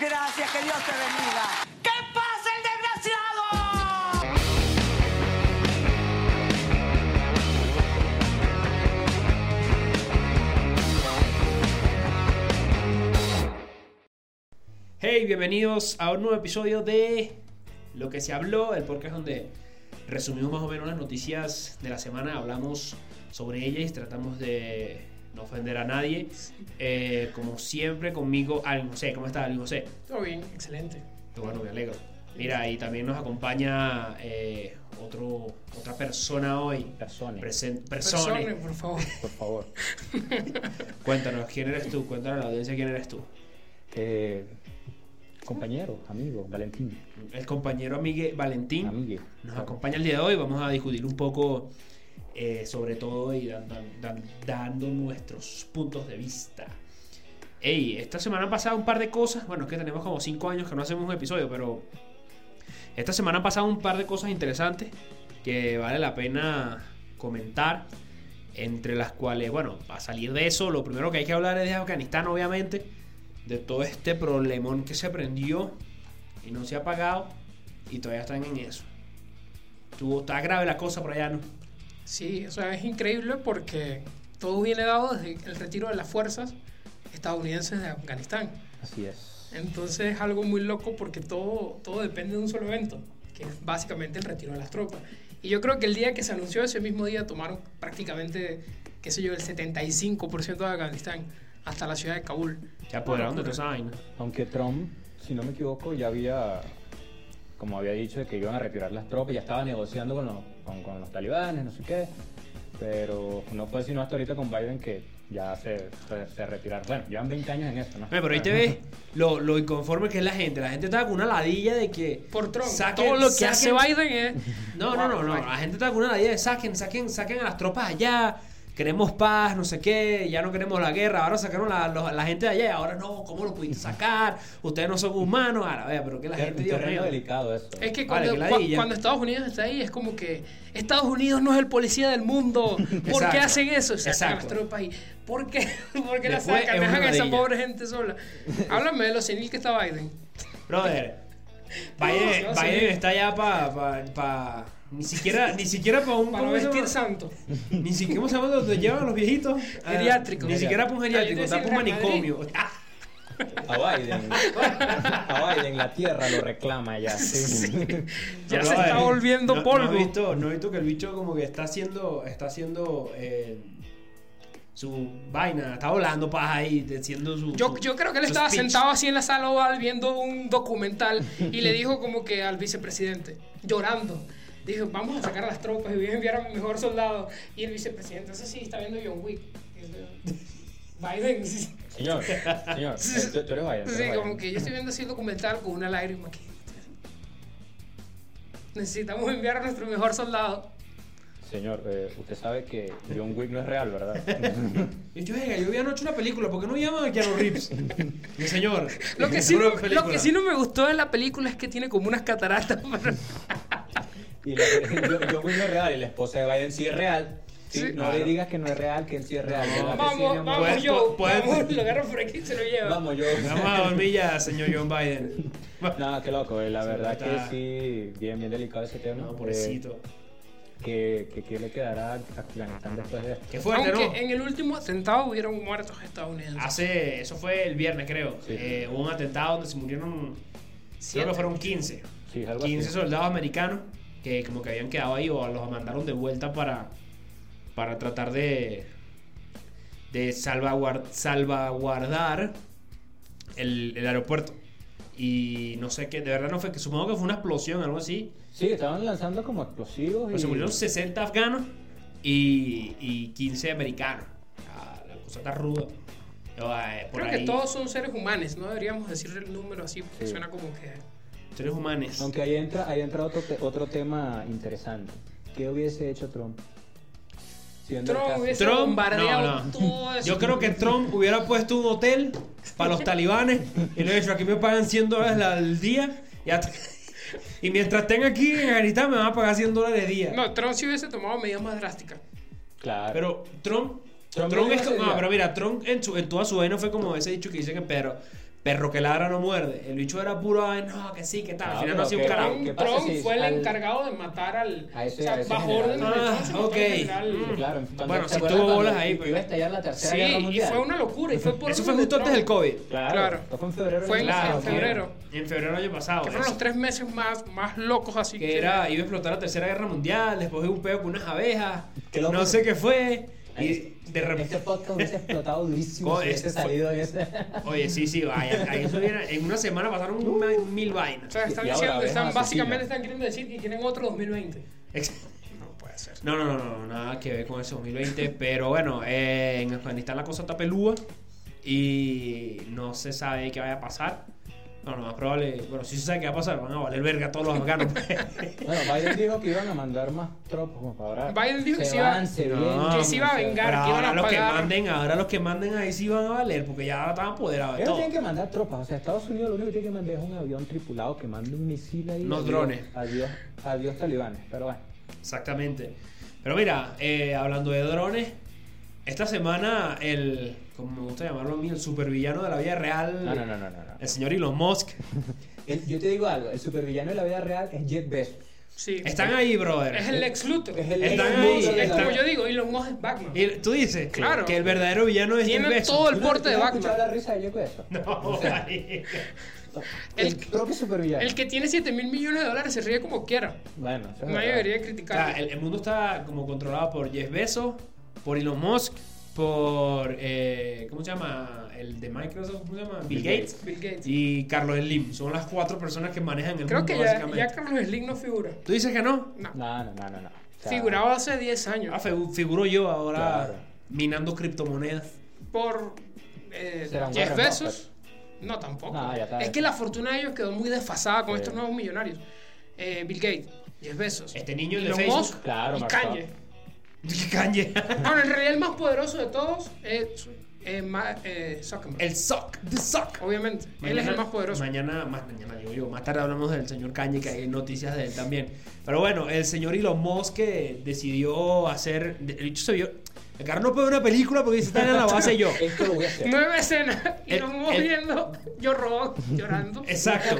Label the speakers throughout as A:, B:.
A: Gracias, que Dios te bendiga. ¡Que pase el desgraciado!
B: Hey, bienvenidos a un nuevo episodio de Lo que se habló, el podcast donde resumimos más o menos las noticias de la semana, hablamos sobre ellas y tratamos de no ofender a nadie. Eh, como siempre, conmigo, Alvin José. ¿Cómo estás, Alvin José?
C: Todo bien, excelente.
B: Qué Bueno, me alegro. Mira, y también nos acompaña eh, otro, otra persona hoy.
D: Persone,
B: Presen- persone.
C: Persone, por favor.
D: por favor.
B: Cuéntanos, ¿quién eres tú? Cuéntanos a la audiencia quién eres tú.
D: Eh, compañero, amigo, Valentín,
B: El compañero Amigue Valentín.
D: amigue.
B: Nos acompaña el día de hoy, vamos a discutir un poco eh, sobre todo y dan- dan- dan- dando nuestros puntos de vista. Ey, esta semana han pasado un par de cosas, bueno, es que tenemos como 5 años que no hacemos un episodio, pero esta semana han pasado un par de cosas interesantes que vale la pena comentar, entre las cuales, bueno, a salir de eso, lo primero que hay que hablar es de Afganistán, obviamente, de todo este problemón que se prendió y no se ha apagado y todavía están en eso. Tú, está grave la cosa por allá, ¿no?
C: Sí, o sea, es increíble porque todo viene dado desde el retiro de las fuerzas estadounidenses de Afganistán.
D: Así es.
C: Entonces es algo muy loco porque todo, todo depende de un solo evento, que es básicamente el retiro de las tropas. Y yo creo que el día que se anunció, ese mismo día tomaron prácticamente, qué sé yo, el 75% de Afganistán hasta la ciudad de Kabul.
B: Se apoderaron de toda esa vaina.
D: Aunque Trump, si no me equivoco, ya había, como había dicho, de que iban a retirar las tropas, ya estaba negociando con los, con, con los talibanes, no sé qué. Pero no fue sino hasta ahorita con Biden que ya se, se, se retiraron. Bueno, llevan 20 años en esto, ¿no?
B: Oye, pero ahí te ves lo, lo inconforme que es la gente. La gente está con una ladilla de que.
C: Por Trump,
B: saquen-
C: todo lo que
B: saquen-
C: hace Biden es...
B: No, no, no, no. La gente está con una ladilla de saquen, saquen, saquen a las tropas allá. Queremos paz, no sé qué, ya no queremos la guerra, ahora sacaron la, los- la gente de allá, y ahora no, ¿cómo lo pudiste sacar? Ustedes no son humanos, ahora, vea, pero que la
D: Es
B: gente,
D: un
B: Dios
D: terreno
B: mío.
D: delicado eso.
C: Es que
B: Vale,
C: cuando,
B: que la
C: cua-
B: di ya.
C: cuando Estados Unidos está ahí es como que Estados Unidos no es el policía del mundo. ¿Por qué
B: Exacto.
C: hacen eso? Se sacan las
B: Exacto.
C: tropas ahí. ¿Por qué? ¿Por qué las
B: Después
C: sacan?
B: es una
C: Dejan a esa
B: ladilla.
C: pobre gente sola. Háblame de lo senil que está Biden.
B: Brother,
C: No,
B: Biden,
C: se va a
B: Biden
C: seguir.
B: está allá para. Pa, pa- ni siquiera, ni siquiera para un.
C: Para
B: ¿cómo se llama?
C: vestir santo.
B: Ni siquiera, ¿cómo se llama donde llevan a los viejitos? Ah,
C: Geriátrico.
B: Ni siquiera para un geriátrico,
C: Ah, yo te
B: está para un
C: decía Real
B: manicomio. Ah,
D: A Biden. A Biden la tierra lo reclama ya. sí.
C: Ya
B: no,
C: se
B: no,
C: está
B: eh,
C: volviendo
B: no- no
C: polvo.
B: he visto- No he visto que el bicho como que está haciendo, está haciendo eh, su vaina, está volando paja ahí, haciendo su...
C: Yo,
B: su-
C: yo creo que él
B: su
C: estaba
B: speech.
C: sentado así en la sala oval viendo un documental y le dijo como que al vicepresidente, llorando. Dijo, vamos a sacar a las tropas y voy a enviar a mi mejor soldado. Y el vicepresidente, eso sí, está viendo John Wick. Biden. sí.
D: Señor, señor, eh, tú, tú eres Biden. tú
C: Sí,
D: eres
C: como
D: Biden.
C: que yo estoy viendo así el documental con una lágrima aquí. Necesitamos enviar a nuestro mejor soldado.
D: Señor, eh, usted sabe que John Wick no es real, ¿verdad?
B: Y yo, "Oiga, yo vi anoche una película, ¿por qué no llaman a Keanu Reeves? Mi señor.
C: Lo que, sí,
B: una
C: no- lo que
B: película.
C: sí no me gustó de la película es que tiene como unas cataratas. pero-
D: Y la- John, John Wick no es real y la esposa de Biden sí es real. Sí,
C: Sí.
D: No le
B: Claro.
D: digas que no es real, que él sí es real.
B: No.
D: ¿verdad que sí, mi
C: Vamos,
D: amor?
C: vamos,
B: Puedes-
C: yo.
B: puedes-
C: Vamos, lo agarro por aquí y se lo llevo.
D: Vamos, yo.
B: Vamos a dormir ya, señor John Biden.
D: No, qué loco, eh, la
B: Sí,
D: verdad que
B: está-
D: sí, bien, bien delicado ese tema.
B: No,
D: Eh,
B: pobrecito.
D: Que, que, que le quedará a Afganistán después de esto.
B: Qué fuerte, Ah,
C: Aunque
B: ¿no?
C: en el último atentado hubieron muertos estadounidenses.
B: Hace, eso fue el viernes, creo.
D: Sí.
B: Eh, hubo un atentado donde se murieron, creo
C: Siete.
B: que fueron 15.
D: Sí, algo
B: 15
D: así.
B: soldados americanos que como que habían quedado ahí o los mandaron de vuelta para, para tratar de, de salvaguard- salvaguardar el, el aeropuerto. Y no sé qué, de verdad no fue, que supongo que fue una explosión, algo así.
D: Sí, estaban lanzando como explosivos.
B: Pero se
D: y-
B: murieron 60 afganos y, y 15 americanos. Ah, la cosa está ruda. Yo, eh, por
C: Creo
B: ahí,
C: que todos son seres humanos, no deberíamos decir el número así porque
D: Sí.
C: suena como que.
B: Seres humanos.
D: Aunque ahí entra, ahí entra otro, te- otro tema interesante. ¿Qué hubiese hecho Trump? Siendo el
C: Trump
D: caso-
C: hubiese
B: Trump,
C: bombardeado
B: no, no.
C: todo eso.
B: Yo creo que Trump hubiera puesto un hotel para los talibanes y le he dicho, aquí me pagan 100 dólares la- al día y, hasta- y mientras estén aquí en Afganistán me van a pagar 100 dólares al día.
C: No, Trump sí hubiese tomado medidas más drásticas.
D: Claro.
B: Pero Trump, Trump,
D: Trump
B: es
D: no
B: como,
D: sería.
B: ah, pero mira, Trump en, su- en toda su vaina fue como ese dicho que dice que Pedro, Perro que ladra no muerde. El bicho era puro, ay, no, que sí, que tal. Al
D: Ah,
B: final no
D: pero
B: hacía un
D: que-
B: carajo.
C: Trump,
D: ¿qué pasa
C: Trump
D: si
C: fue el
D: al-
C: encargado de matar al.
E: a ese-
C: o sea,
E: a ese
C: bajo
E: general?
C: orden de
B: Ah,
C: Trump, se mató al
B: ok.
C: general.
B: Mm.
D: Claro, entonces-
B: Bueno,
E: ¿Se
B: sí
E: acuerdan
B: tuvo
E: cuando
B: bolas ahí,
E: iba
B: pero-
E: a estallar la tercera guerra
C: Sí, y
E: mundial.
C: fue una locura. Y fue por
B: Eso fue
C: orden
B: justo
C: de
B: antes del
C: Trump.
B: COVID.
D: Claro.
C: Claro.
D: Esto fue en febrero.
C: Fue en-
B: Claro,
C: en febrero.
B: que- En febrero del año pasado.
C: Que fueron
B: eso.
C: los tres meses más, más locos así
B: que era, iba a explotar la tercera guerra mundial, después de un peo con unas abejas,
E: Qué loco.
B: no sé qué fue, y
E: Este-
B: de repente...
E: Este podcast hubiese explotado durísimo
B: Co-
E: si hubiese
B: este fue-
E: salido en ese.
B: Oye, sí, sí, vaya, ahí estuvieron- en una semana pasaron ma- mil
C: O
B: vainas.
C: sea, están
D: Y ahora
C: diciendo,
D: ves a
C: están,
D: Cecilia.
C: básicamente están queriendo decir que tienen otro 2020.
B: Ex-
C: No puede ser.
B: No, no, no, no, nada que ver con ese 2020, pero bueno, eh, en Afganistán la cosa está pelúa y no se sabe qué vaya a pasar. No, lo más probable, bueno, si se sabe qué va a pasar, van a valer verga todos los afganos.
D: Bueno, Biden dijo que iban a mandar más tropas como para ahora.
C: Biden dijo que se
E: Se
C: iba.
E: van, se
B: No,
E: vienen.
B: que
C: se iba a vengar.
B: Pero
C: que iban
B: ahora
C: a
B: los que
C: pagar.
B: manden, ahora los que manden ahí sí van a valer, porque ya están apoderados de
D: Ellos
B: todo.
D: tienen que mandar tropas. O sea, Estados Unidos lo único que tiene que mandar es un avión tripulado que mande un misil ahí.
B: Unos
D: Adiós-
B: drones.
D: Adiós, adiós talibanes. Pero bueno.
B: Exactamente. Pero mira, eh, hablando de drones, esta semana el, como me gusta llamarlo a mí, el supervillano de la vida real,
D: No, no, no, no, no. no.
B: el señor Elon Musk,
E: El- Yo te digo algo, el supervillano de la vida real es Jeff Bezos.
C: Sí.
B: están ahí, brother.
C: Es el ex Luthor.
E: Es el
C: Es
B: Están
E: Elon
B: ahí,
E: Musk de la-
C: como yo digo, Elon Musk es Batman.
B: Y tú dices
C: Claro.
B: que el verdadero villano es
C: Tiene
B: Jeff Bezos.
C: todo el
D: ¿Tú no-
C: porte
D: tú
C: de
D: no has escuchado
C: Batman.
D: la risa de Jeff Bezos?
B: No, marica.
C: El-
D: El, propio supervillano.
C: El que tiene 7 mil millones de dólares se ríe como quiera.
D: Bueno, eso es
C: Nadie
D: verdad.
C: debería
B: O sea,
C: criticarlo.
B: el, el mundo está como controlado por Jeff Bezos, por Elon Musk, por eh, ¿cómo se llama? El de Microsoft, ¿cómo se llama?
D: Bill
B: Bill, Gates.
C: Bill Gates.
B: y Carlos Slim. Son las cuatro personas que manejan el
C: Creo
B: mundo
C: que ya,
B: básicamente.
C: ya Carlos Slim no figura.
B: ¿Tú dices que no?
C: No.
D: No, no, no, no. no. O sea,
C: Figuraba hace 10
B: Ah,
C: años.
B: figu- figuro yo ahora
D: Claro.
B: minando criptomonedas.
C: Por eh,
D: Será un
C: Jeff
D: Warren
C: Bezos. No, tampoco.
D: No, ya está.
C: es que la fortuna de ellos quedó muy desfasada con
D: Sí.
C: estos nuevos millonarios. Eh, Bill Gates, Jeff Bezos.
B: Este niño el de
C: Elon
B: Facebook.
C: Musk
D: Claro,
C: y
D: Mark
C: Kanye.
B: ¡Qué calle!
C: Ahora, en realidad el más poderoso de todos es eh, Ma- eh, Zuckerberg.
B: el sock, the sock.
C: Obviamente. él es el más poderoso.
B: Mañana, más mañana digo yo, más tarde hablamos del señor Kanye, que hay noticias de él también. Pero bueno, el señor Elon Musk que decidió hacer. De de hecho, se vio. El carro no puede ver una película porque dice: Están en la base yo.
E: Esto lo voy a hacer.
C: Nueve escenas y
B: El-
C: nos vamos
B: el-
C: viendo yo robot llorando.
B: Exacto.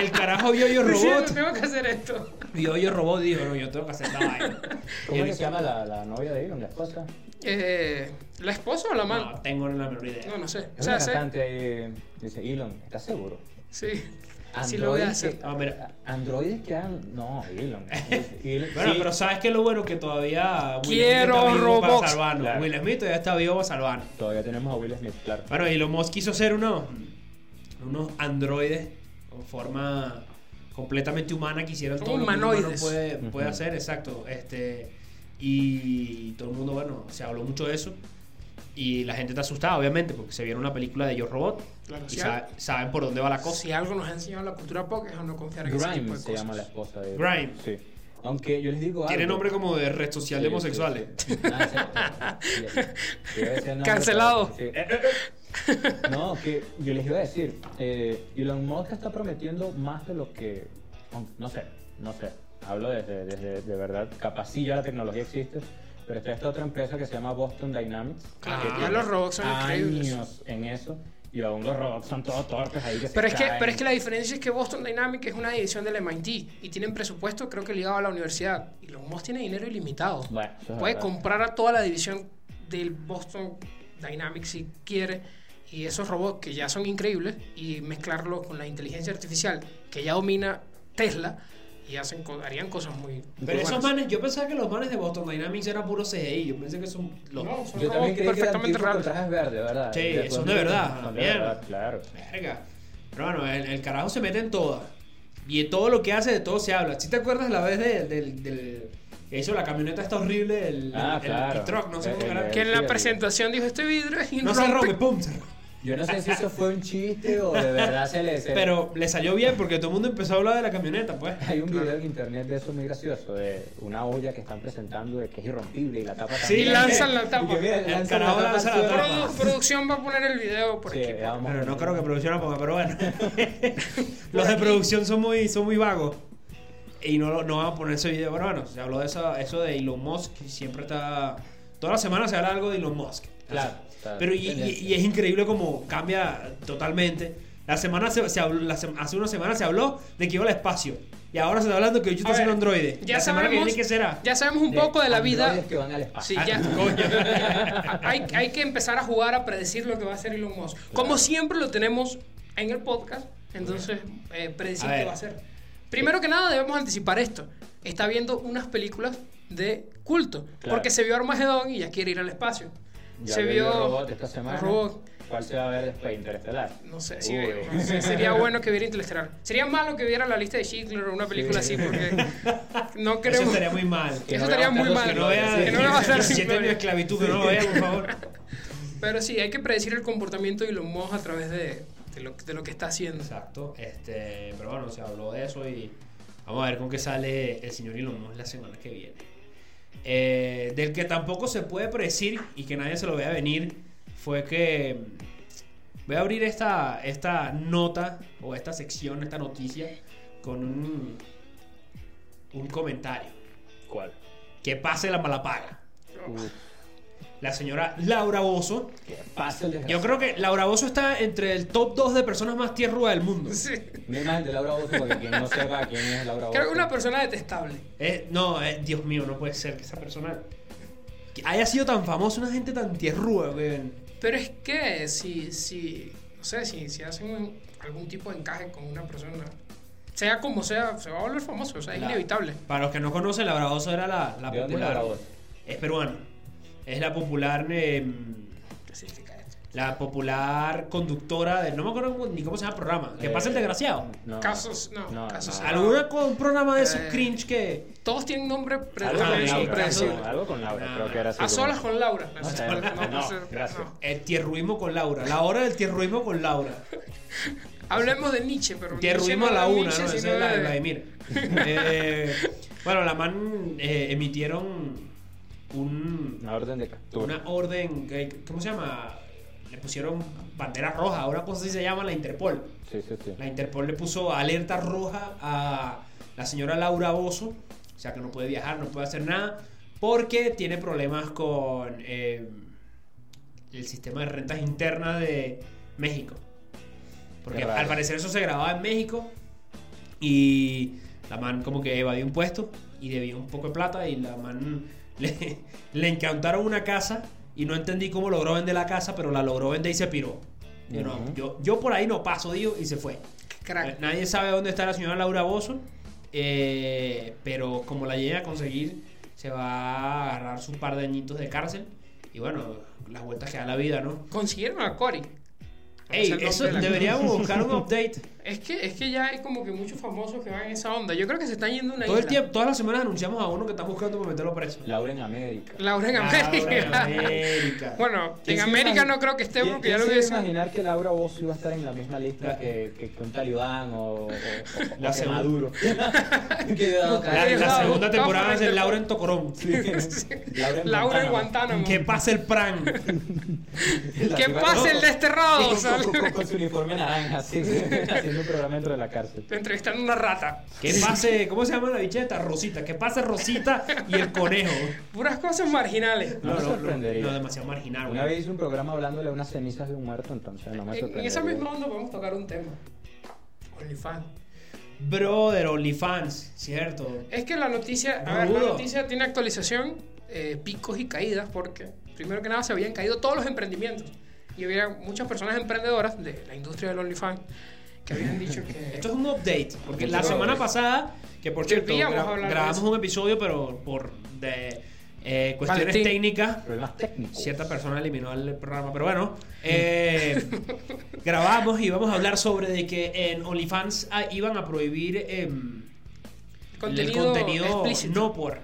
B: El carajo vio yo
C: Diciendo,
B: robot.
C: tengo que hacer esto.
B: Vio yo robot y dijo: No, yo tengo que hacer esta vaina.
D: ¿Cómo es
B: Y él
D: que
B: hizo,
D: se llama la, la novia de Elon, la esposa?
C: Eh, ¿La esposa o la
B: No,
C: mano?
B: tengo la menor idea.
C: No, no sé. O
D: Es
C: sea,
D: una
C: sé-
D: cantante ahí. Dice, Elon, ¿estás seguro?
C: Sí. Sí lo voy a hacer.
B: Ah, mira.
D: Androides que han... No, Elon. Elon-
B: Bueno,
D: sí.
B: pero sabes que lo bueno que todavía Will Smith
C: Quiero
B: está vivo para
C: robots.
B: salvarnos.
D: Claro.
B: Will Smith todavía está vivo para salvarnos.
D: Todavía tenemos a Will Smith, claro.
B: Bueno, Elon Musk quiso hacer unos, unos androides con forma completamente humana que hicieran
C: Son
B: todo lo que un humano
C: humanoides.
B: puede, puede
D: Ujú.
B: hacer, exacto. Este, y todo el mundo, bueno, se habló mucho de eso. Y la gente está asustada, obviamente, porque se vieron una película de Yo Robot.
C: Claro,
B: y
C: sí.
B: sabe- saben por dónde va la cosa.
C: Si algo nos ha enseñado la cultura pop es a no confiar en ese tipo
D: Grimes
C: de
D: se
C: cosas.
D: llama la esposa de
B: Grimes.
D: Sí. Aunque yo les digo algo.
B: Tiene nombre como de red social de
D: Sí,
B: homosexuales.
D: sí, sí. Ah, sí. Sí, iba a decir el nombre,
C: Cancelado.
D: pero- sí. No, que yo les iba a decir, eh, Elon Musk está prometiendo más de lo que... No sé, no sé. Hablo desde, desde- de verdad, capaz sí ya la tecnología existe, pero está esta otra empresa que se llama Boston Dynamics.
C: Claro,
D: que
C: ya
D: tiene
C: los robots son increíbles.
D: años en eso, y aún los robots son todos torpes ahí que se
C: Pero es, que,
D: caen.
C: pero es que la diferencia es que Boston Dynamics es una división del MIT y tienen presupuesto creo que ligado a la universidad. Y los Musk tiene dinero ilimitado.
D: Bueno, eso es
C: Puede
D: verdad.
C: comprar a toda la división del Boston Dynamics si quiere y esos robots que ya son increíbles y mezclarlos con la inteligencia artificial que ya domina Tesla y hacen, co- harían cosas muy...
B: Pero
C: muy
B: esos
C: buenas.
B: manes, yo pensaba que los manes de Boston Dynamics eran puro CGI. Yo pensé que son los.
C: No, son
D: Yo también
C: robots
D: creí que eran
C: perfectamente
D: tipos con
C: reales.
D: trajes verdes, ¿verdad?
B: Sí,
D: Después
B: son de
D: vi que
B: verdad,
D: son de
B: mierda.
D: verdad, claro.
B: Verga. Pero bueno, el, el carajo se mete en todas. Y de todo lo que hace, de todo se habla. ¿Sí te acuerdas la vez del. del, del- que hizo la camioneta esta horrible, el,
D: Ah,
B: el,
D: claro.
B: el truck, no sé cómo
D: El-
B: era.
D: el-
C: Que en la
D: Sí,
C: presentación dijo este vidrio es
B: Eh, No se rompe,
C: irrompe-
B: pum. se rompe.
D: Yo no sé si eso fue un chiste o de verdad se le... se-
B: Pero le salió bien porque todo el mundo empezó a hablar de la camioneta, pues.
D: Hay un video en internet de eso muy gracioso, de una olla que están presentando de que es irrompible y la tapa
B: Sí,
D: también.
C: Y lanzan la tapa.
D: Y que, mira,
B: El
D: lanzan
B: carajo lanza la
D: al suelo.
B: tapa.
C: Produ- producción va a poner el video por
D: Sí,
C: aquí.
D: vamos.
B: Pero no creo que producción la ponga, pero bueno. Los de producción son muy, son muy vagos. Y no, lo- no van a poner ese video. Pero bueno, se habló de eso, eso de Elon Musk. y Siempre está. Toda la semana se habla algo de Elon Musk.
D: Claro, claro.
B: Pero y, y- y es increíble como cambia totalmente. La semana se, se habló- la sem- hace una semana se habló de que iba al espacio. Y ahora se está hablando que yo
C: A
B: estoy
C: ver,
B: siendo androide.
C: Ya
B: la semana
C: sabemos,
B: que viene, ¿qué será? Ah,
C: Ya sabemos un poco de la vida.
E: androides que van al espacio.
C: Sí, ya. hay, hay que empezar a jugar a predecir lo que va a hacer Elon Musk. Como siempre lo tenemos en el podcast, entonces eh, predecir
B: A
C: qué
B: ver.
C: va a hacer. Primero que nada debemos anticipar esto. Está viendo unas películas de culto,
D: Claro.
C: porque se vio Armagedón y ya quiere ir al espacio.
D: Ya
C: se vio
D: Robot esta semana.
C: Robot.
D: ¿Cuál se va a ver después? Interestelar.
C: No sé, sí,
D: Uy.
C: no sé, sería bueno que viera Interestelar. Sería malo que viera la lista de Schindler o una película
D: Sí.
C: así, porque no
B: Eso
C: queremos.
B: estaría muy mal.
D: Que
C: Eso
D: no
C: estaría
D: veamos
C: muy
D: Carlos
C: mal.
B: Que no vea
D: Sí.
C: Que no vea Bastardos sin
B: siete años de
C: Gloria.
B: esclavitud, que no lo vea, por favor.
C: Pero sí, hay que predecir el comportamiento de Elon Musk a través de, de lo, de lo que está haciendo.
B: Exacto. Este, pero bueno, se habló de eso y vamos a ver con qué sale el señor Elon Musk la semana que viene. Eh, del que tampoco se puede predecir y que nadie se lo vea venir fue que mm, voy a abrir esta, esta nota o esta sección, esta noticia con un, un comentario.
D: ¿Cuál?
B: Que pase la mala paga.
D: Uf,
B: La señora Laura Bozo.
D: qué paso el
B: Yo
D: desgraciado.
B: creo que Laura Bozo está entre el top 2 de personas más tierrudas del mundo.
C: Sí.
D: Una imagen de Laura Bozzo, porque quien no sepa quién es Laura Bozzo.
C: Creo que una persona detestable.
B: Eh, no, eh, Dios mío, no puede ser que esa persona que haya sido tan famosa, una gente tan tierrúa, weón.
C: Pero es que si, si no sé, si, si hacen un- algún tipo de encaje con una persona, sea como sea, se va a volver famoso, o sea, es
B: La-
C: inevitable.
B: Para los que no conocen, la Bravoso era la, la
D: ¿De dónde es
B: popular.
D: Laura Bozzo?
B: es peruana. Es la popular. em, la popular conductora de. No me acuerdo cómo- ni cómo se llama el programa. Que
D: Eh,
B: pasa el desgraciado.
D: No.
C: Casos, no,
D: No,
C: casos.
D: no.
B: Alguna con un programa de esos
C: Eh,
B: cringe que.
C: Todos tienen nombre pre-
B: Algo con
C: pre-
B: Laura,
C: predecible.
D: Algo, algo con Laura,
B: No,
D: creo que era así
C: A
D: como-
C: solas con Laura. No,
D: sé,
C: no, no,
D: no,
C: sé,
D: gracias.
C: no.
B: El eh, tierruismo con Laura. La hora del tierruismo con Laura.
C: Hablemos de Nietzsche, pero
B: Que
C: Nietzsche
B: ruimos a
C: no
B: la
C: es
B: una, ¿no?
C: Nietzsche,
B: Esa es
C: sino
B: la de
C: de-
B: Vladimir. Eh, bueno, la man eh, emitieron un,
D: Una orden de captura.
B: una orden, que- ¿cómo se llama? Le pusieron bandera roja, ahora cosa así se llama la Interpol.
D: Sí, sí, sí.
B: La Interpol le puso alerta roja a la señora Laura Bozo, o sea que no puede viajar, no puede hacer nada, porque tiene problemas con eh, el sistema de rentas internas de México. Porque
D: Qué raro.
B: al parecer eso se grababa en México y la man como que evadió impuestos y debía un poco de plata y la man le, le encantaron una casa y no entendí cómo logró vender la casa, pero la logró vender y se piró. Yo, no,
D: Ujú.
B: yo, yo por ahí no paso, digo, y se fue. Eh,
C: Crack.
B: Nadie sabe dónde está la señora Laura Bozo, eh, pero como la lleguen a conseguir, se va a agarrar su par de añitos de cárcel. Y bueno, las vueltas que da la vida, ¿no?
C: Consiguieron a Cory.
B: Ey, eso deberíamos buscar un update.
C: Es que, es que ya hay como que muchos famosos que van en esa onda. Yo creo que se están yendo a una
B: Todo el
C: isla.
B: tiempo, todas las semanas anunciamos a uno que están buscando para meterlo preso.
D: Laura en América.
C: Laura en
B: Ah, Laura
C: América.
B: en América.
C: bueno,
D: ¿Quién
C: en
D: se
C: América
D: imagina-
C: no creo que esté
D: ¿Quién-
C: porque ya
D: quién
C: lo
D: se iba
C: vi
D: a imaginar que Laura Bozzo iba a estar en la misma lista que, que, que un talibán o, o, o- o
B: La
D: que
B: segunda.
D: Maduro? que iba a
B: La,
D: caer.
B: la
C: Claro,
B: segunda
C: vamos
B: temporada
C: a
B: es de
C: meter-
B: Laura en Tocorón.
D: Laura en
C: Laura
D: Guantánamo.
C: en Guantánamo.
B: Que pase el pran.
D: La
C: Que
D: tipa-
C: pase el desterrado. o
D: Con-
C: sea,
D: con, con- con su uniforme naranja, sí, haciendo un programa dentro de la cárcel.
C: Entrevistando a una rata.
B: Que pase, ¿cómo se llama la bicheta? Rosita. Que pase Rosita y el conejo.
C: Puras cosas marginales.
D: No me sorprendería.
B: no, demasiado marginal.
D: Una
B: güey.
D: vez hice un programa hablándole a unas cenizas de un muerto, entonces no me
C: ah, En,
D: sorprendería.
C: en esa misma onda podemos tocar un tema. OnlyFans.
B: Brother, OnlyFans, cierto.
C: Es que la noticia, a ver, la
B: Rudo.
C: noticia tiene actualización, eh, picos y caídas, porque primero que nada se habían caído todos los emprendimientos. Y había muchas personas emprendedoras de la industria del OnlyFans que habían dicho que.
B: Esto es un update, porque la
D: Mucho
B: semana
D: update.
B: pasada, que por cierto,
C: Debíamos
B: gra-
C: hablar de
B: grabamos
C: eso.
B: un episodio, pero por de, eh, cuestiones
C: Valentín.
B: técnicas,
D: Problemas técnicos.
B: cierta persona eliminó el programa. Pero bueno, eh, grabamos y vamos a hablar sobre de que en OnlyFans ah, iban a prohibir em, el contenido
C: explícito.
B: no por.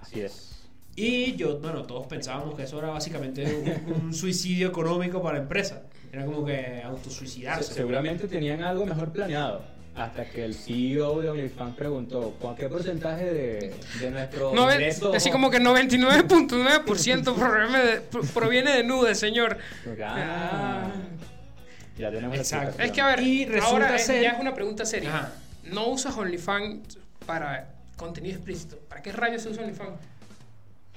D: Así es.
B: Y yo, bueno, todos pensábamos que eso era básicamente un, un suicidio económico para empresas. Era como que autosuicidarse.
D: Seguramente tenían algo mejor planeado. Hasta que el CEO de OnlyFans preguntó, ¿con qué porcentaje de, de nuestro
C: No, ve-
D: ingreso?
C: así como que 99.9% proviene de, pro- proviene de nude, señor.
D: Ah, ya tenemos la
B: Exacto.
D: explicación.
C: Es que a ver,
B: Y resulta
C: ahora es-
B: ser-
C: ya es una pregunta seria.
B: Ajá.
C: No usas OnlyFans para contenido explícito. ¿Para qué rayos se usa OnlyFans?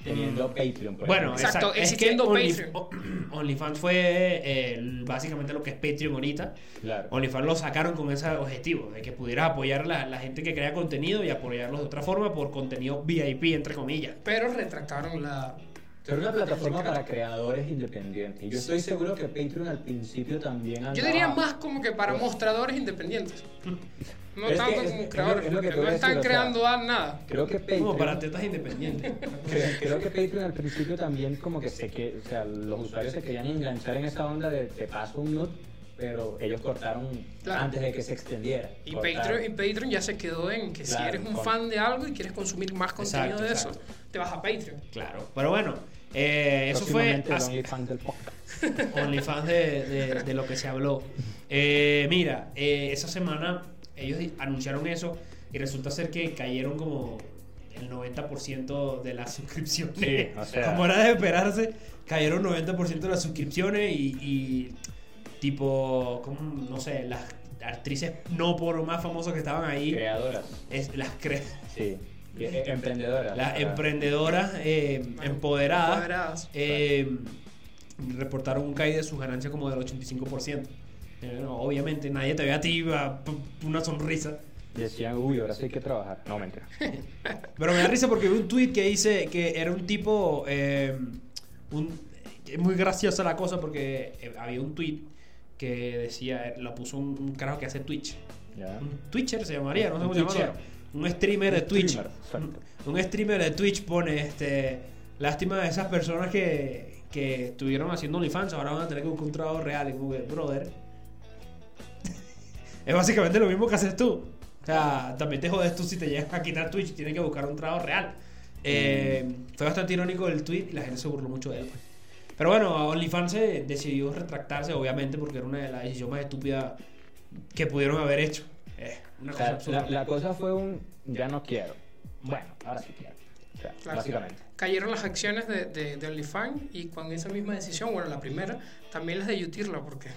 D: teniendo Patreon. por
B: Bueno,
D: ejemplo.
C: Exacto,
B: exacto. Es que
C: existiendo
B: Only-
C: Patreon.
B: OnlyFans fue eh, el- básicamente lo que es Patreon ahorita.
C: eh,
D: Claro.
B: OnlyFans lo sacaron con ese objetivo, de que pudieras apoyar a la, la gente que crea contenido y apoyarlos de otra forma por contenido VIP, entre comillas.
C: Pero retractaron la.
D: Pero una plataforma para creadores independientes. Y Yo estoy seguro que Patreon al principio también andaba...
C: Yo diría más como que para mostradores independientes. No
D: Es que
C: tanto
D: es- es
C: como
D: lo-
C: creadores.
D: es lo que te
C: no
D: voy a
C: están
D: decir, o sea,
C: creando a nada.
D: Creo que Patreon...
B: Como para tetas independientes.
D: Creo, creo que Patreon al principio también como que se que, o sea, los usuarios se querían enganchar en esa onda de te paso un nude, pero ellos cortaron
C: Claro.
D: antes de que se extendiera.
C: Y
D: Cortaron.
C: Patreon, y Patreon ya se quedó en que si
D: Claro,
C: eres un
D: con-
C: fan de algo y quieres consumir más contenido
B: Exacto,
C: de eso,
B: exacto.
C: te vas a Patreon.
B: claro. Pero bueno, eh, eso fue
D: Próximamente el
B: as-
D: OnlyFans del podcast.
B: OnlyFans de, de- de lo que se habló. Eh, mira, eh, esa semana ellos di- anunciaron eso y resulta ser que cayeron como el 90% de las suscripciones.
D: Sí, o sea.
B: Como era de esperarse, cayeron 90% de las suscripciones y, y tipo, como, no sé, las actrices no por más famosas que estaban ahí,
D: Creadoras,
B: es, las, cre-
D: sí. Y, eh, Emprendedoras.
B: las
D: Ah,
B: emprendedoras eh, empoderadas.
C: Empoderadas.
B: Eh, reportaron un caída de sus ganancias como del 85%. Eh, no, obviamente nadie te ve a ti a p- una sonrisa.
D: Decían, uy, ahora sí hay que trabajar. No, mentira.
B: Pero me da risa porque vi un tweet que dice que era un tipo. eh, un- es muy graciosa la cosa porque eh, había un tweet que decía, eh, lo puso un, un carajo que hace Twitch.
D: Ya.
B: Un Twitcher se llamaría, no sé
D: Un
B: cómo se
D: Twitcher.
B: llamaría. Un streamer de
D: Un
B: Twitch.
D: streamer, exacto.
B: un, un streamer de Twitch pone este. Lástima de esas personas que, que estuvieron haciendo OnlyFans, ahora van a tener que buscar un trabajo real. Y como que, brother. es básicamente lo mismo que haces tú. O sea, también te jodes tú si te llegas a quitar Twitch, tienes que buscar un trabajo real. Eh,
D: Mm.
B: Fue bastante irónico el tweet y la gente se burló mucho de él. pues. Pero bueno, OnlyFans se decidió retractarse, obviamente, porque era una de las decisiones más estúpidas que pudieron haber hecho. Eh, una
D: O
B: cosa
D: sea,
B: absurda.
D: la, la cosa fue un, ya no quiero. Bueno, ahora sí quiero. O sea,
C: Claro.
D: Básicamente.
C: Cayeron las acciones de, de, de OnlyFans y con esa misma decisión, bueno, la primera, también las de Yutirla, porque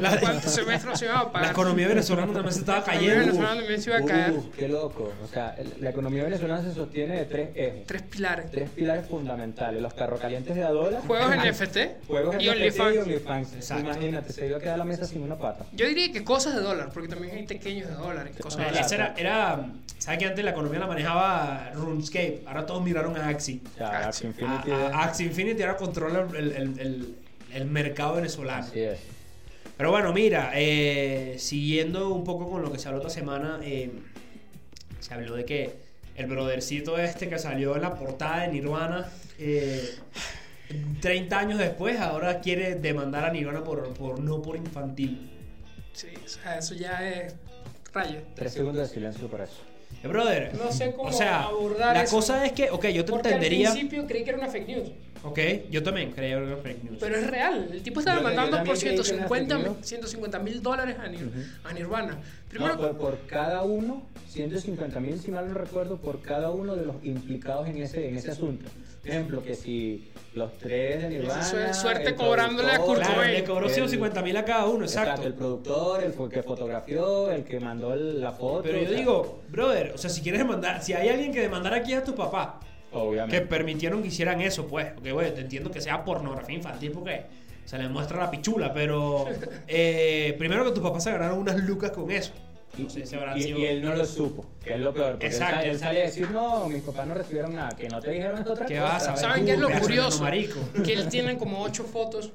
B: La-
C: ¿cuántos semestres no se iban a
B: La
C: pagar?
B: economía venezolana también se estaba
C: La economía
B: cayendo.
C: venezolana también se iba a caer.
D: Uf, Uh, qué loco. O sea, el- la economía venezolana se sostiene de tres ejes.
C: Tres pilares.
D: tres pilares fundamentales: los perros calientes de a dólar,
C: Juegos NFT
D: juegos NFT
C: y
D: y
C: OnlyFans.
D: OnlyFans.
B: Exacto.
D: Imagínate, se iba a quedar la mesa sin una pata.
C: Yo diría que cosas de dólar, porque también hay pequeños de dólar y
B: O
C: cosas
B: sea,
C: así.
B: esa era, era- ¿Sabes que antes la economía la manejaba RuneScape? Ahora todos miraron a Axie.
D: O sea,
C: Axie.
D: Axie Infinity.
B: A- a- Axie Infinity ahora controla el, el- el- el mercado venezolano.
D: Así es.
B: Pero bueno, mira, eh, siguiendo un poco con lo que se habló esta semana, eh, se habló de que el brodercito este que salió en la portada de Nirvana, eh, 30 años después, ahora quiere demandar a Nirvana por, por no por infantil.
C: Sí, o sea, eso ya es raya.
D: Tres segundos de silencio por eso.
B: Eh, brother,
C: No sé cómo
B: o sea,
C: abordar
B: la
C: eso.
B: cosa es que, ok, yo te
C: Porque
B: entendería,
C: al principio creí que era una fake news,
B: ok, yo también creía que era fake news.
C: pero es real. El tipo está
D: Yo- yo
C: demandando por
D: también creí que era
C: 150
D: fake
C: mil
D: news.
C: 150 mil dólares a, Nir- a Nirvana. Primero,
D: No, por, por cada uno, 150 mil, si mal no recuerdo, por cada uno de los implicados en ese, en ese asunto. Por ejemplo, que si los tres de Nirvana.
C: Eso es suerte
D: el
C: cobrándole a
D: productor,
C: Kurt
B: claro,
C: Cobain.
B: le cobró
D: el-
B: 150 mil a cada uno,
D: Exacto.
B: exacto.
D: el productor, el fo- que fotografió, el que mandó el- la foto.
B: Pero yo
D: o sea,
B: digo, brother, o sea, si quieres demandar, si hay alguien que demandara aquí a tu papá, que
D: obviamente.
B: permitieron que hicieran eso, pues, porque bueno, te entiendo que sea pornografía infantil porque se le muestra la pichula, pero eh, primero que tus papás se ganaron unas lucas con eso. No sé, se habrán
D: y,
B: sido-
D: y él no lo supo, que es lo peor. Porque él sa-
B: Exacto.
D: Él, sale a decir, no, mis papás no recibieron nada, que no te dijeron esta otra
B: ¿Qué
D: cosa.
B: vas a saber?
C: ¿saben qué es lo
B: Pedazo de
C: curioso?
B: marico.
C: que él tiene como ocho fotos.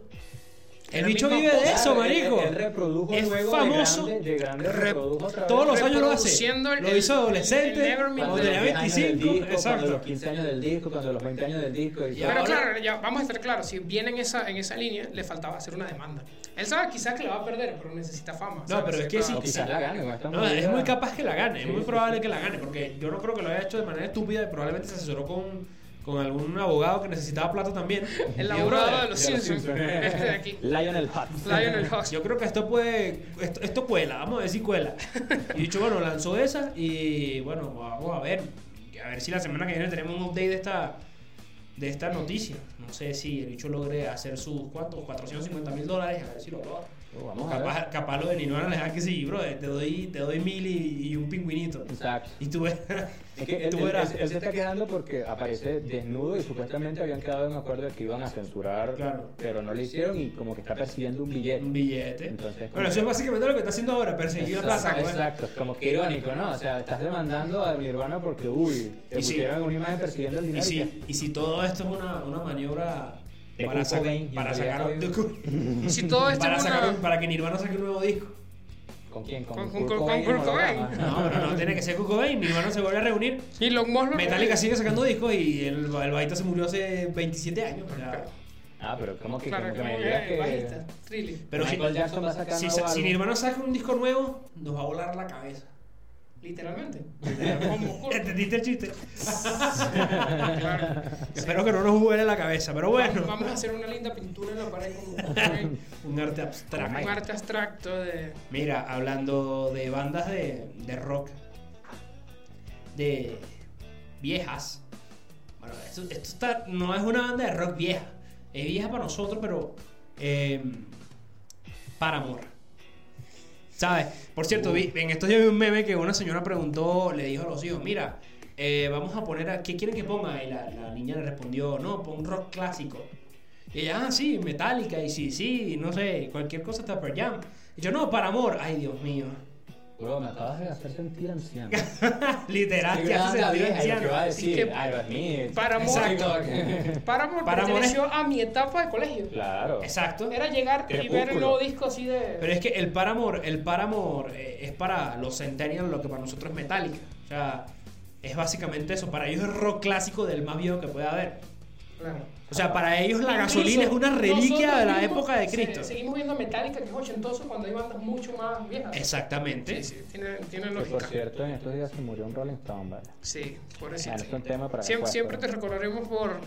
B: El
C: La
B: bicho
C: misma
B: vive de
C: cosa,
B: eso,
D: Claro, él-
B: marico.
D: Él, reprodujo
B: Es
D: luego
B: famoso.
D: De grande, de grande
B: Re-
D: reprodujo otra vez.
B: Todos los años lo hace.
C: Reproduciendo el-
B: Lo hizo
C: el- el
B: adolescente,
C: Nevermind.
D: Cuando
B: cuando
D: los
B: tenía
D: 10 años del
B: 25.
D: disco, Cuando los
B: Exacto.
D: 15 años del disco, cuando los 20 años del disco. Y
B: Y
D: todo.
C: Pero
B: ahora-
C: claro, ya vamos a estar claros, si viene en esa, en esa línea, le faltaba hacer una demanda. Él sabe quizás que la va a perder, pero necesita fama.
B: No, pero es que sí,
D: O quizás la gane. con esta
B: No, es
D: movida.
B: muy capaz que la gane, es
D: Sí,
B: muy
D: sí,
B: probable que la gane, porque yo no creo que lo haya hecho de manera estúpida y probablemente se asesoró con, con algún abogado que necesitaba plata también.
C: El
B: Y,
C: abogado
B: brother,
C: de los
D: de los
C: Simpsons.
D: Simpsons.
C: Este de aquí.
D: Lionel Hutz.
C: Lionel Hutz.
B: Yo creo que esto puede. Esto, esto cuela, vamos a decir cuela. Y dicho, bueno, lanzó esa y bueno, vamos a ver. A ver si la semana que viene tenemos un update de esta, de esta noticia. No sé si el bicho logre hacer sus ¿cuántos? 450 mil dólares, a ver si lo logra.
D: Oh,
B: O
D: vamos a ver.
B: capaz, capaz los de Nirvana les da que sí, bro, eh, te doy, te doy mil y, y un pingüinito.
D: Exacto.
B: Y tú, ves-
D: Es que él,
B: tú
D: él-
B: verás.
D: él- él se está quedando porque aparece desnudo y supuestamente habían quedado en acuerdo de que iban a censurar,
B: Claro.
D: pero no lo hicieron y como que está persiguiendo un billete.
B: un billete.
D: Entonces,
B: bueno, eso es básicamente lo que está haciendo ahora, perseguir la plaza.
D: Exacto,
B: ¿no?
D: exacto, como que irónico, ¿no? O sea, estás demandando a Nirvana porque, uy, te
B: Y sí.
D: pusieron una imagen persiguiendo el
B: Y
D: dinero. y
B: si, y si todo esto es una, una maniobra
D: De
B: para,
D: Kurt
B: saca-
D: Cobain, y
B: para
D: en realidad
B: sacar
D: no
B: de-
C: Si todo esto
B: para,
C: es
B: sacar
C: una-
B: un- para que Nirvana saque un nuevo disco.
D: ya- ¿Con quién?
C: Con-
D: Con,
C: con-
D: Kurt
C: con-
D: Cobain Ah,
C: con
D: en
C: Kurt Cobain.
D: holograma.
B: No, no, no, tiene que ser Kurt Cobain. Nirvana se vuelve a reunir.
C: Y Long Moss lo-
B: Metallica sigue sacando discos y el, el bajista se murió hace 27 años. o sea,
D: Ah, pero como que,
C: Claro,
D: como que
C: como
D: me
C: que eh,
D: digas
C: bajista,
D: que
C: Trilly.
B: Pero si,
D: Michael Jackson va a sacar
B: si,
D: nuevo
B: si
D: álbum.
B: Nirvana saca un disco nuevo, nos va a volar la cabeza.
C: Literalmente. Como Kurt.
B: ¿Entendiste el chiste?
C: Claro.
B: Espero que no nos vuele la cabeza, pero bueno.
C: Vamos a hacer una linda pintura en la pared con un,
B: un arte
C: un
B: abstracto.
C: arte abstracto de.
B: Mira, hablando de bandas de, de rock, de viejas. Bueno, esto, esto está- no es una banda de rock vieja. Es vieja para nosotros, pero. Eh, para amor. ¿Sabes? Por cierto, vi- en estos días vi un meme que una señora preguntó, le dijo a los hijos: Mira, eh, vamos a poner. A, ¿Qué quieren que ponga? Y la, la niña le respondió: No, pon rock clásico. Y ella, ah, sí, Metallica, y sí, sí, no sé, cualquier cosa está per jam. Y yo, no, para amor. Ay, Dios mío.
D: Bro, me acabas de hacer sentir anciano.
B: Literal, te hace sentir anciano.
D: va a decir,
C: decir, que- Para Paramore
B: Paramore-
C: perteneció a mi etapa de colegio.
D: Claro.
B: Exacto.
C: Era llegar y ver el
D: Crepúsculo.
C: nuevo disco así de.
B: Pero es que el Paramore, el Paramore eh, es para los Centennials lo que para nosotros es Metallica. O sea, es básicamente eso. Para ellos es rock clásico del más viejo que pueda haber.
C: Claro.
B: O sea, para ellos la
C: Incluso
B: gasolina es una reliquia
C: nosotros
B: de la
C: mismos
B: época de
C: se-
B: Cristo.
C: seguimos viendo Metallica, que es ochentoso, cuando hay bandas mucho más viejas.
B: Exactamente.
C: Sí, sí, tiene, tiene
D: Que, Pues, por
C: lógica.
D: cierto, en estos días se murió un Rolling Stone, ¿vale?
C: Sí, por
D: Ah, no es un tema para después,
C: Siempre, siempre te
D: pero-
C: recordaremos por.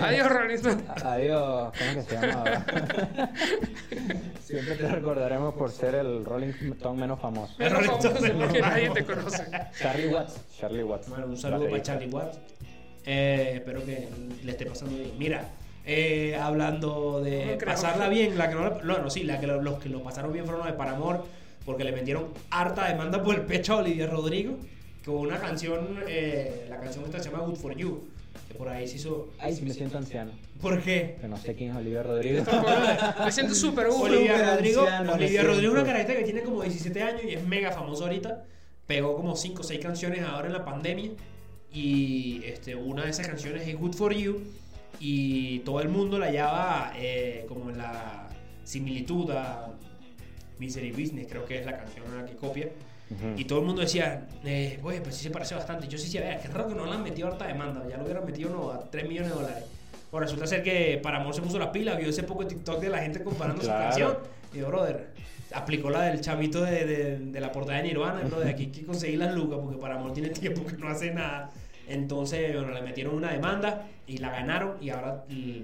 C: Adiós, Rolling Stone.
D: Adiós, ¿cómo que se llama? Siempre te recordaremos por ser el Rolling Stone menos famoso.
C: Menos
B: Rolling
C: famoso
B: Stone.
C: porque nadie te conoce.
D: Charlie Watts. Charlie Watts.
B: Bueno, un saludo para
D: baterista.
B: Charlie Watts. Eh, espero que le esté pasando bien. Mira, eh, hablando de
C: No creo.
B: pasarla bien, la que no, la- bueno, sí, la que lo- los que lo pasaron bien fueron los de Paramor, porque le metieron harta demanda por el pecho a Olivia Rodrigo con una canción, eh, la canción que se llama Good for You, que por ahí se hizo.
D: Ay, sí, me siento anciano.
B: ¿Por qué?
D: Que no sé quién es Oliver Rodrigo.
C: Me siento súper Hugo.
B: Olivia Rodrigo,
D: anciano,
B: Olivia
D: me
B: Rodrigo es una
D: siento.
B: carajita que tiene como 17 años y es mega famosa ahorita. Pegó como 5 o 6 canciones ahora en la pandemia. Y este, una de esas canciones es Good for You. Y todo el mundo la llama eh, como en la similitud a Misery Business, creo que es la canción a la que copia.
D: Ujú.
B: Y todo el mundo decía, eh, güey, pues sí se parece bastante. Yo sí decía, vea, qué raro que no la han metido harta demanda, ya lo hubieran metido no, a 3 millones de dólares. Bueno, resulta ser que Paramore se puso las pilas, vio ese poco TikTok de la gente comparando
D: Claro.
B: su canción. Y yo, brother, aplicó la del chamito de, de- de la portada de Nirvana, bro, de aquí hay que conseguir las lucas porque Paramore tiene tiempo que no hace nada. Entonces, bueno, le metieron una demanda y la ganaron y ahora mm,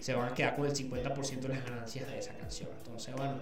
B: se van a quedar con el 50% de las ganancias de esa canción. Entonces, bueno,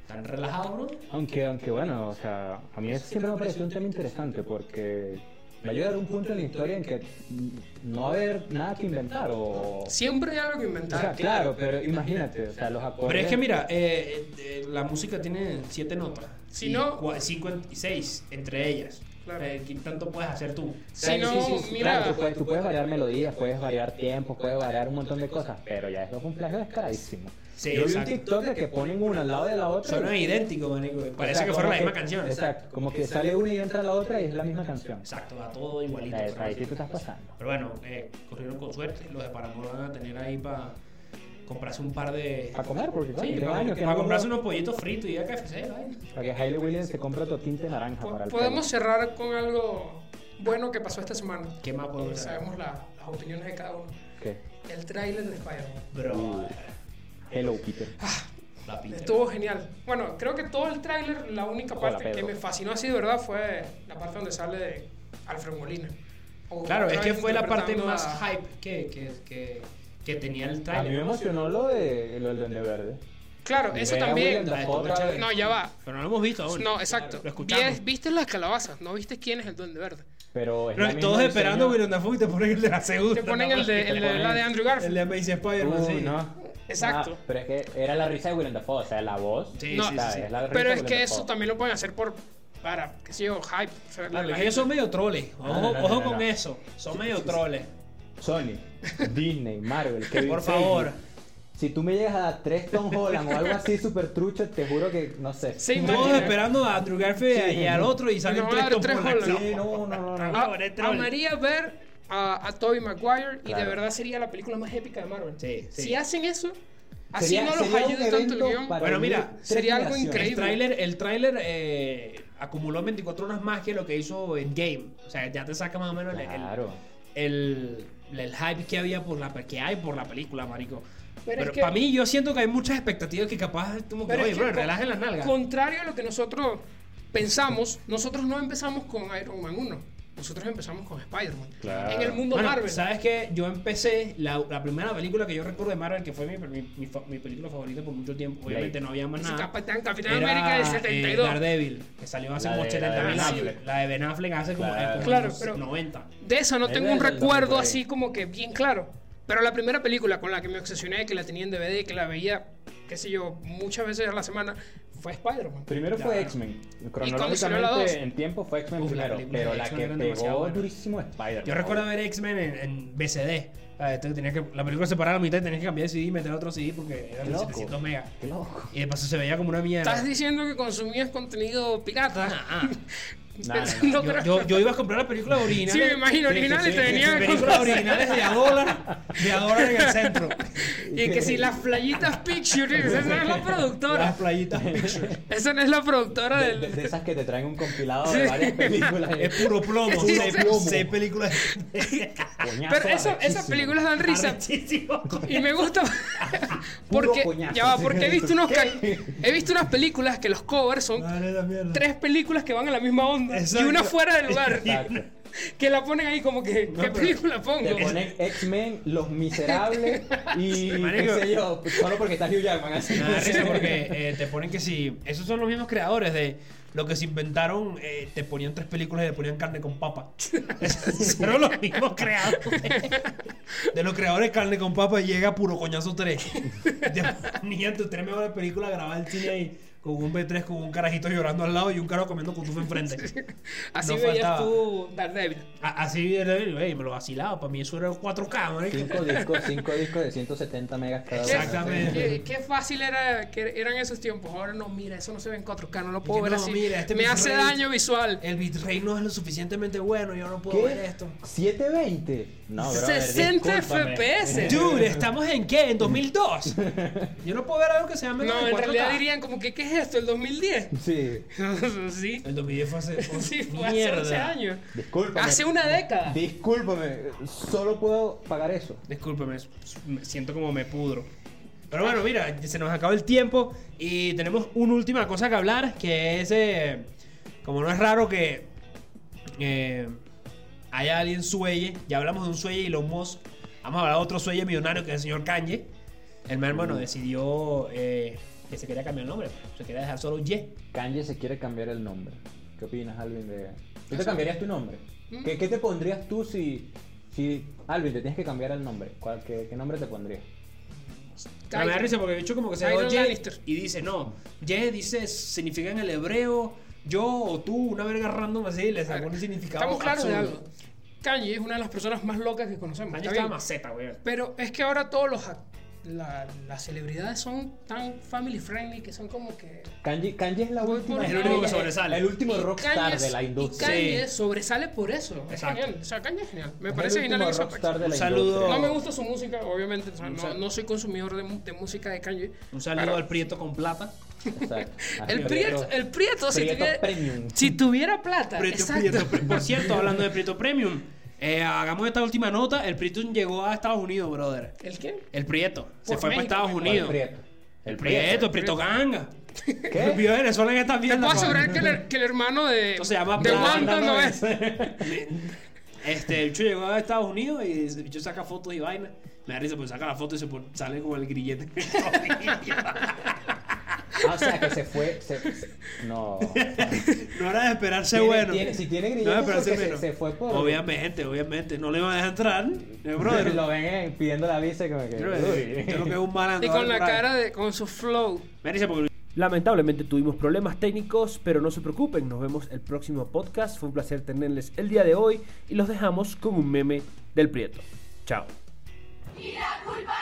B: están relajados, bro.
D: Aunque, aunque bueno, o sea, a mí eso siempre me pareció un tema interesante porque me ayuda a dar un punto en la historia en que mm, no va a haber nada que inventar o...
C: Siempre hay algo que
D: O sea,
C: inventar.
D: claro, pero imagínate, o sea, los acordes...
B: Pero es que mira, eh, eh, la música tiene siete notas.
C: Si no-
B: 5 y 6 entre ellas.
C: Claro.
B: Eh, ¿Qué tanto puedes hacer tú?
D: O sea,
C: Si no,
D: sí, sí, sí,
C: mira.
D: claro, tú puedes, tú puedes variar melodías, puedes variar tiempos, puedes variar un montón de cosas, pero ya esto es un plagio descaradísimo.
B: Sí,
D: Yo vi un
B: exacto.
D: TikTok de que ponen una al lado de la otra.
B: Son idénticos, manico. Parece
D: O sea,
B: que fueron
D: como
B: la misma canción.
D: Exacto, como que sale una y entra la otra y es la misma canción.
B: Exacto, va todo igualito.
D: Eh,
B: pero
D: Ahí
B: así.
D: sí tú estás pasando.
B: Pero bueno, eh, corrieron con suerte. Los de Paramore van a tener ahí para comprarse un par de.
D: Para comer, porque coño,
B: Sí,
D: tengo
B: para
D: años que no
B: comprarse
D: como-
B: unos pollitos fritos y ir a KFC, ¿vale?
D: Para que Hailey Williams se compre otro tinte naranja
C: Po-
D: para el
C: Podemos cerrar con algo bueno que pasó esta semana.
B: ¿Qué más podemos hacer?
C: Sabemos la- las opiniones de cada uno.
D: pelo. ¿Qué?
C: El tráiler de Spider-Man.
B: Bro,
D: Hello, Peter.
B: Ah, la pinta.
C: Estuvo genial. Bueno, creo que todo el tráiler, la única
D: Hola,
C: parte que
D: Pedro.
C: me fascinó así de verdad fue la parte donde sale Alfred Molina. O-
B: Claro, es
C: otra
B: que
C: vez
B: fue la parte
C: interpretando
B: más
C: a-
B: hype que, que, que, que tenía el
D: A mí me
B: trailer.
D: emocionó lo de lo del Duende Verde.
C: Claro, eso
D: Ver a
C: también.
D: William Dafoe otra vez.
C: No, ya va.
B: Pero no lo hemos visto aún.
C: No, exacto.
B: Lo escuchamos.
C: Vies- Viste las calabazas, no viste quién es el duende verde.
D: Pero es
B: Pero
D: la misma
B: todos
D: diseño.
B: esperando William Dafoe y te ponen el de la segunda.
C: Te ponen el de,
D: te
C: el de la
D: ponen
C: de Andrew Garfield.
B: El de Amazing Spider-Man,
D: Uy,
B: sí.
D: no.
C: Exacto.
D: Ah, pero es que era la risa de Willem Dafoe, o sea, la voz.
B: Sí,
C: No,
B: sí, sí,
D: ¿sabes?
B: sí.
D: Es la risa
C: Pero
D: de
C: es
D: Willem
C: que
D: Dafoe.
C: eso también lo pueden hacer por. Para, qué sé yo, hype. o sea, la
B: Claro, es que
C: gente-
B: ellos son medio troles. Ojo,
D: No, no, no,
B: ojo
D: no,
B: con
D: no.
B: eso. Son medio troles.
D: Sony, Disney, Marvel, Kevin
B: Por
D: Feige.
B: favor.
E: Si tú me llegas a dar tres Tom Holland o algo así super trucho, te juro que no sé.
C: Se
B: Todos
C: imaginan-
B: esperando a Andrew Garfield
E: Sí.
B: y al otro y
C: Y
B: salen
C: nos van a
B: tres
C: dar tres Ah,
B: Tom Holland.
C: Holland.
E: Sí, no, no, no, no.
C: A-
B: Pobre troll.
C: Amaría ver a, a Tobey Maguire y de
D: Claro.
C: verdad sería la película más épica de Marvel.
B: Sí, sí.
C: Si hacen eso, así
E: Sería-
C: no los
E: sería un
C: ayude tanto el
E: evento
C: guión.
E: para
B: Bueno,
E: unir
B: mira,
E: tres
C: sería algo
E: generaciones.
C: increíble.
B: El tráiler, el tráiler eh, acumuló en 24 horas más que lo que hizo en Game. O sea, ya te saca más o menos el- el,
D: Claro.
B: el, el hype que había por la pe- que hay por la película, marico.
C: Pero
B: Pero,
C: es que-
B: para mí yo siento que hay muchas expectativas que capaz como que,
C: Pero es
B: oye,
C: que
B: bro,
C: con-
B: relajen las nalgas.
C: Contrario a lo que nosotros pensamos, nosotros no empezamos con Iron Man 1. Nosotros empezamos con Spider-Man.
D: Claro.
C: En el mundo
B: Bueno,
C: Marvel.
B: sabes que yo empecé la, la primera película que yo recuerdo de Marvel que fue mi, mi- mi fa- mi película favorita por mucho tiempo. Obviamente
D: Blade.
B: no había más
C: Ese
B: nada.
C: Capitán, Capitán
B: Era,
C: América del
B: eh,
C: 72.
B: Daredevil, que salió hace
D: La
B: como
D: de- la
B: 70
D: de
B: mil
C: Ben
B: años.
D: Affleck.
B: La de Ben Affleck hace como, eh,
D: Claro.
B: como
C: Claro,
B: unos
C: pero-
B: 90.
C: De esa no
D: Ahí
C: tengo
D: ves
C: un
D: el
C: recuerdo
D: documental.
C: así como que bien claro. Pero la primera película con la que me obsesioné, que la tenía en DVD, que la veía, qué sé yo, muchas veces a la semana, fue Spider-Man.
D: Primero
B: Claro.
D: fue X-Men.
C: cómo salió la dos?
D: Cronológicamente, en tiempo fue X-Men
B: Uf, la
D: primero.
B: película de
D: Pero la
B: X-Men
D: que
B: eran demasiado
D: pegó
B: buenas.
D: durísimo es Spider-Man.
B: Yo recuerdo ver X-Men en, en BCD. Ah, entonces tenías que, la película se paraba a la mitad y tenías que cambiar de CD y meter otro CD porque eran
D: Loco.
B: 700 megas.
D: Qué loco.
B: Y de paso se veía como una mierda.
C: Estás diciendo que consumías contenido pirata.
B: Ah, ah.
D: No, no, no.
C: Pensando que
B: Yo,
C: era-
B: yo- yo iba a comprar la película original.
C: Sí, me imagino, original y te venían
B: películas originales de a dólar, de a dólar en el centro.
C: Y que si las playitas Picture, esa no es la
B: Las
C: productora.
B: playitas Pictures.
C: Esa no es la productora
D: De,
C: del.
D: de- de esas que te traen un compilado
C: Ah, Sí.
D: de varias películas.
B: Es puro plomo.
D: Puro
B: seis,
D: plomo.
B: seis películas.
C: Pero eso- esas películas dan risa.
B: Arrechísimo.
C: Y me gusta porque
E: coñazo.
C: ya va, porque he visto unos ca- he visto unas películas que los covers son
B: Vale, la mierda.
C: tres películas que van a la misma onda y
B: Ah. Exacto.
C: una fuera del lugar
D: Exacto.
C: que la ponen ahí como que
B: No,
C: qué
B: pero-
C: película pongo.
D: Te ponen X-Men, Los Miserables y qué
B: Marico.
D: sé yo, solo porque está Hugh Jackman así.
B: Me da risa porque eh, te ponen que si. Esos son los mismos creadores de lo que se inventaron. eh, te ponían tres películas y le ponían carne con papa. Esos Fueron los mismos creadores. De los creadores de carne con papa llega puro coñazo 3. Niña, tus tres mejores películas grabar el cine ahí con un B3, con un carajito llorando al lado y un carajo comiendo cutufa enfrente.
C: Así
B: no
C: veías
B: faltaba.
C: tú Daredevil.
B: A- Así eh, eh, me lo vacilaba. Para mí eso era 4K, marico.
E: Cinco discos, cinco discos de 170 megas cada uno.
B: Exactamente.
C: Qué, qué fácil era que eran esos tiempos. Ahora no, mira, eso no se ve en 4K, no lo puedo
B: que
C: ver
B: no,
C: así.
B: mira, este
C: Me
B: Blu-ray-
C: hace daño visual.
B: El bitrate no es lo suficientemente bueno. Yo no puedo ver
E: ¿Qué?
B: esto.
E: 720.
D: No, brother,
C: 60
D: discúlpame.
C: FPS.
B: Dude, ¿estamos en qué? ¿En 2002? Yo no puedo ver algo que sea menos
C: No,
B: de
C: en
B: 4K.
C: realidad dirían como que ¿qué es esto? ¿El 2010?
E: Sí.
C: sí.
B: El 2010 fue hace... fue-
C: Sí, fue hace
B: mierda.
C: 11 años.
D: Discúlpame.
C: Hace una década.
E: Discúlpame, solo puedo pagar eso.
B: Discúlpeme, s- me siento como me pudro. Pero bueno, mira, se nos acabó el tiempo y tenemos una última cosa que hablar, que es, eh, como no es raro que eh, haya alguien sueñe, ya hablamos de un sueño y los Musk, vamos a hablar de otro sueño millonario que es el señor Kanye. El man,
C: Mm.
B: bueno, decidió eh, que se quería cambiar el nombre, se quería dejar solo Y.
D: Kanye se quiere cambiar el nombre. ¿Qué opinas, Alvin? De...
E: ¿Tú te cambiarías tu nombre?
B: ¿Mm?
E: ¿Qué, qué te pondrías tú si, si, Alvin, te tienes que cambiar el nombre? ¿Cuál- qué, qué nombre te pondrías?
B: Pero me da risa porque el bicho como que se
C: Tyrion
B: llama Ye
C: Lannister.
B: y dice, no, Ye dice, significa en el hebreo, yo o tú, una verga random así, y le sacó un significado
C: Estamos claros de
B: absurdo.
C: algo. Kanye es una de las personas más locas que conocemos.
B: Año
C: está
B: estaba
C: bien.
B: maceta, güey.
C: Pero es que ahora todos los act- la- las celebridades son tan family friendly que son como que
E: Kanye, Kanye es la
C: Voy
E: última.
C: por-
B: Es el único que sobresale.
E: El último rockstar
C: Kanye es-
E: de la industria.
C: Y Kanye
B: Sí.
C: sobresale por eso. Es
B: Exacto.
C: genial. O sea, Kanye es genial. Me
E: Es el
C: parece
E: último
C: genial en ese
E: rockstar de la
B: Un saludo.
E: industria.
C: No me gusta su música, obviamente. o sea, no,
B: saludo.
C: no soy consumidor de, mu- de música de Kanye.
B: Un saludo
C: Pero-
B: al Prieto con plata.
E: Exacto.
C: El
E: Así,
C: Prieto, el Prieto, si,
E: Prieto
C: tuviera,
E: Premium.
C: si tuviera plata.
B: Prieto,
C: exacto.
B: Prieto, Pre- por cierto, hablando de Prieto Premium, eh, hagamos esta última nota, el Prieto llegó a Estados Unidos, brother.
C: ¿El qué?
B: El Prieto, se
C: Por
B: fue
C: México,
B: para Estados
C: ¿cuál
B: Unidos.
E: El Prieto.
B: El Prieto, el Prieto Ganga.
E: ¿Qué?
B: Vio Venezuela en esta mierda.
C: Te puedo
B: mano.
C: asegurar que el, que el hermano de,
B: Esto se llama
C: de
B: plata,
C: Wanda no es.
B: Este, el bicho llegó a Estados Unidos y el bicho saca fotos y vaina. Me da risa, pues saca la foto y se pone- sale con el grillete.
D: Ah, o sea, que se fue. se- se- no.
F: No era de esperarse
D: Tiene-
F: bueno.
D: tiene- si tiene
F: no
D: grillete
F: era de
D: es porque
F: esperarse
D: se,
F: menos.
D: se fue por.
F: Obviamente, obviamente. No le iban a dejar entrar. eh, brother.
D: Lo ven eh, pidiendo la visa y como que.
F: Brother, Yo creo que es
D: uy.
F: un malandro.
C: Y con la
F: por ahí.
C: cara de. con su flow.
F: Me dice porque
B: Lamentablemente tuvimos problemas técnicos, pero no se preocupen, nos vemos el próximo podcast. Fue un placer tenerles el día de hoy y los dejamos con un meme del Prieto. Chao.
G: Y la culpa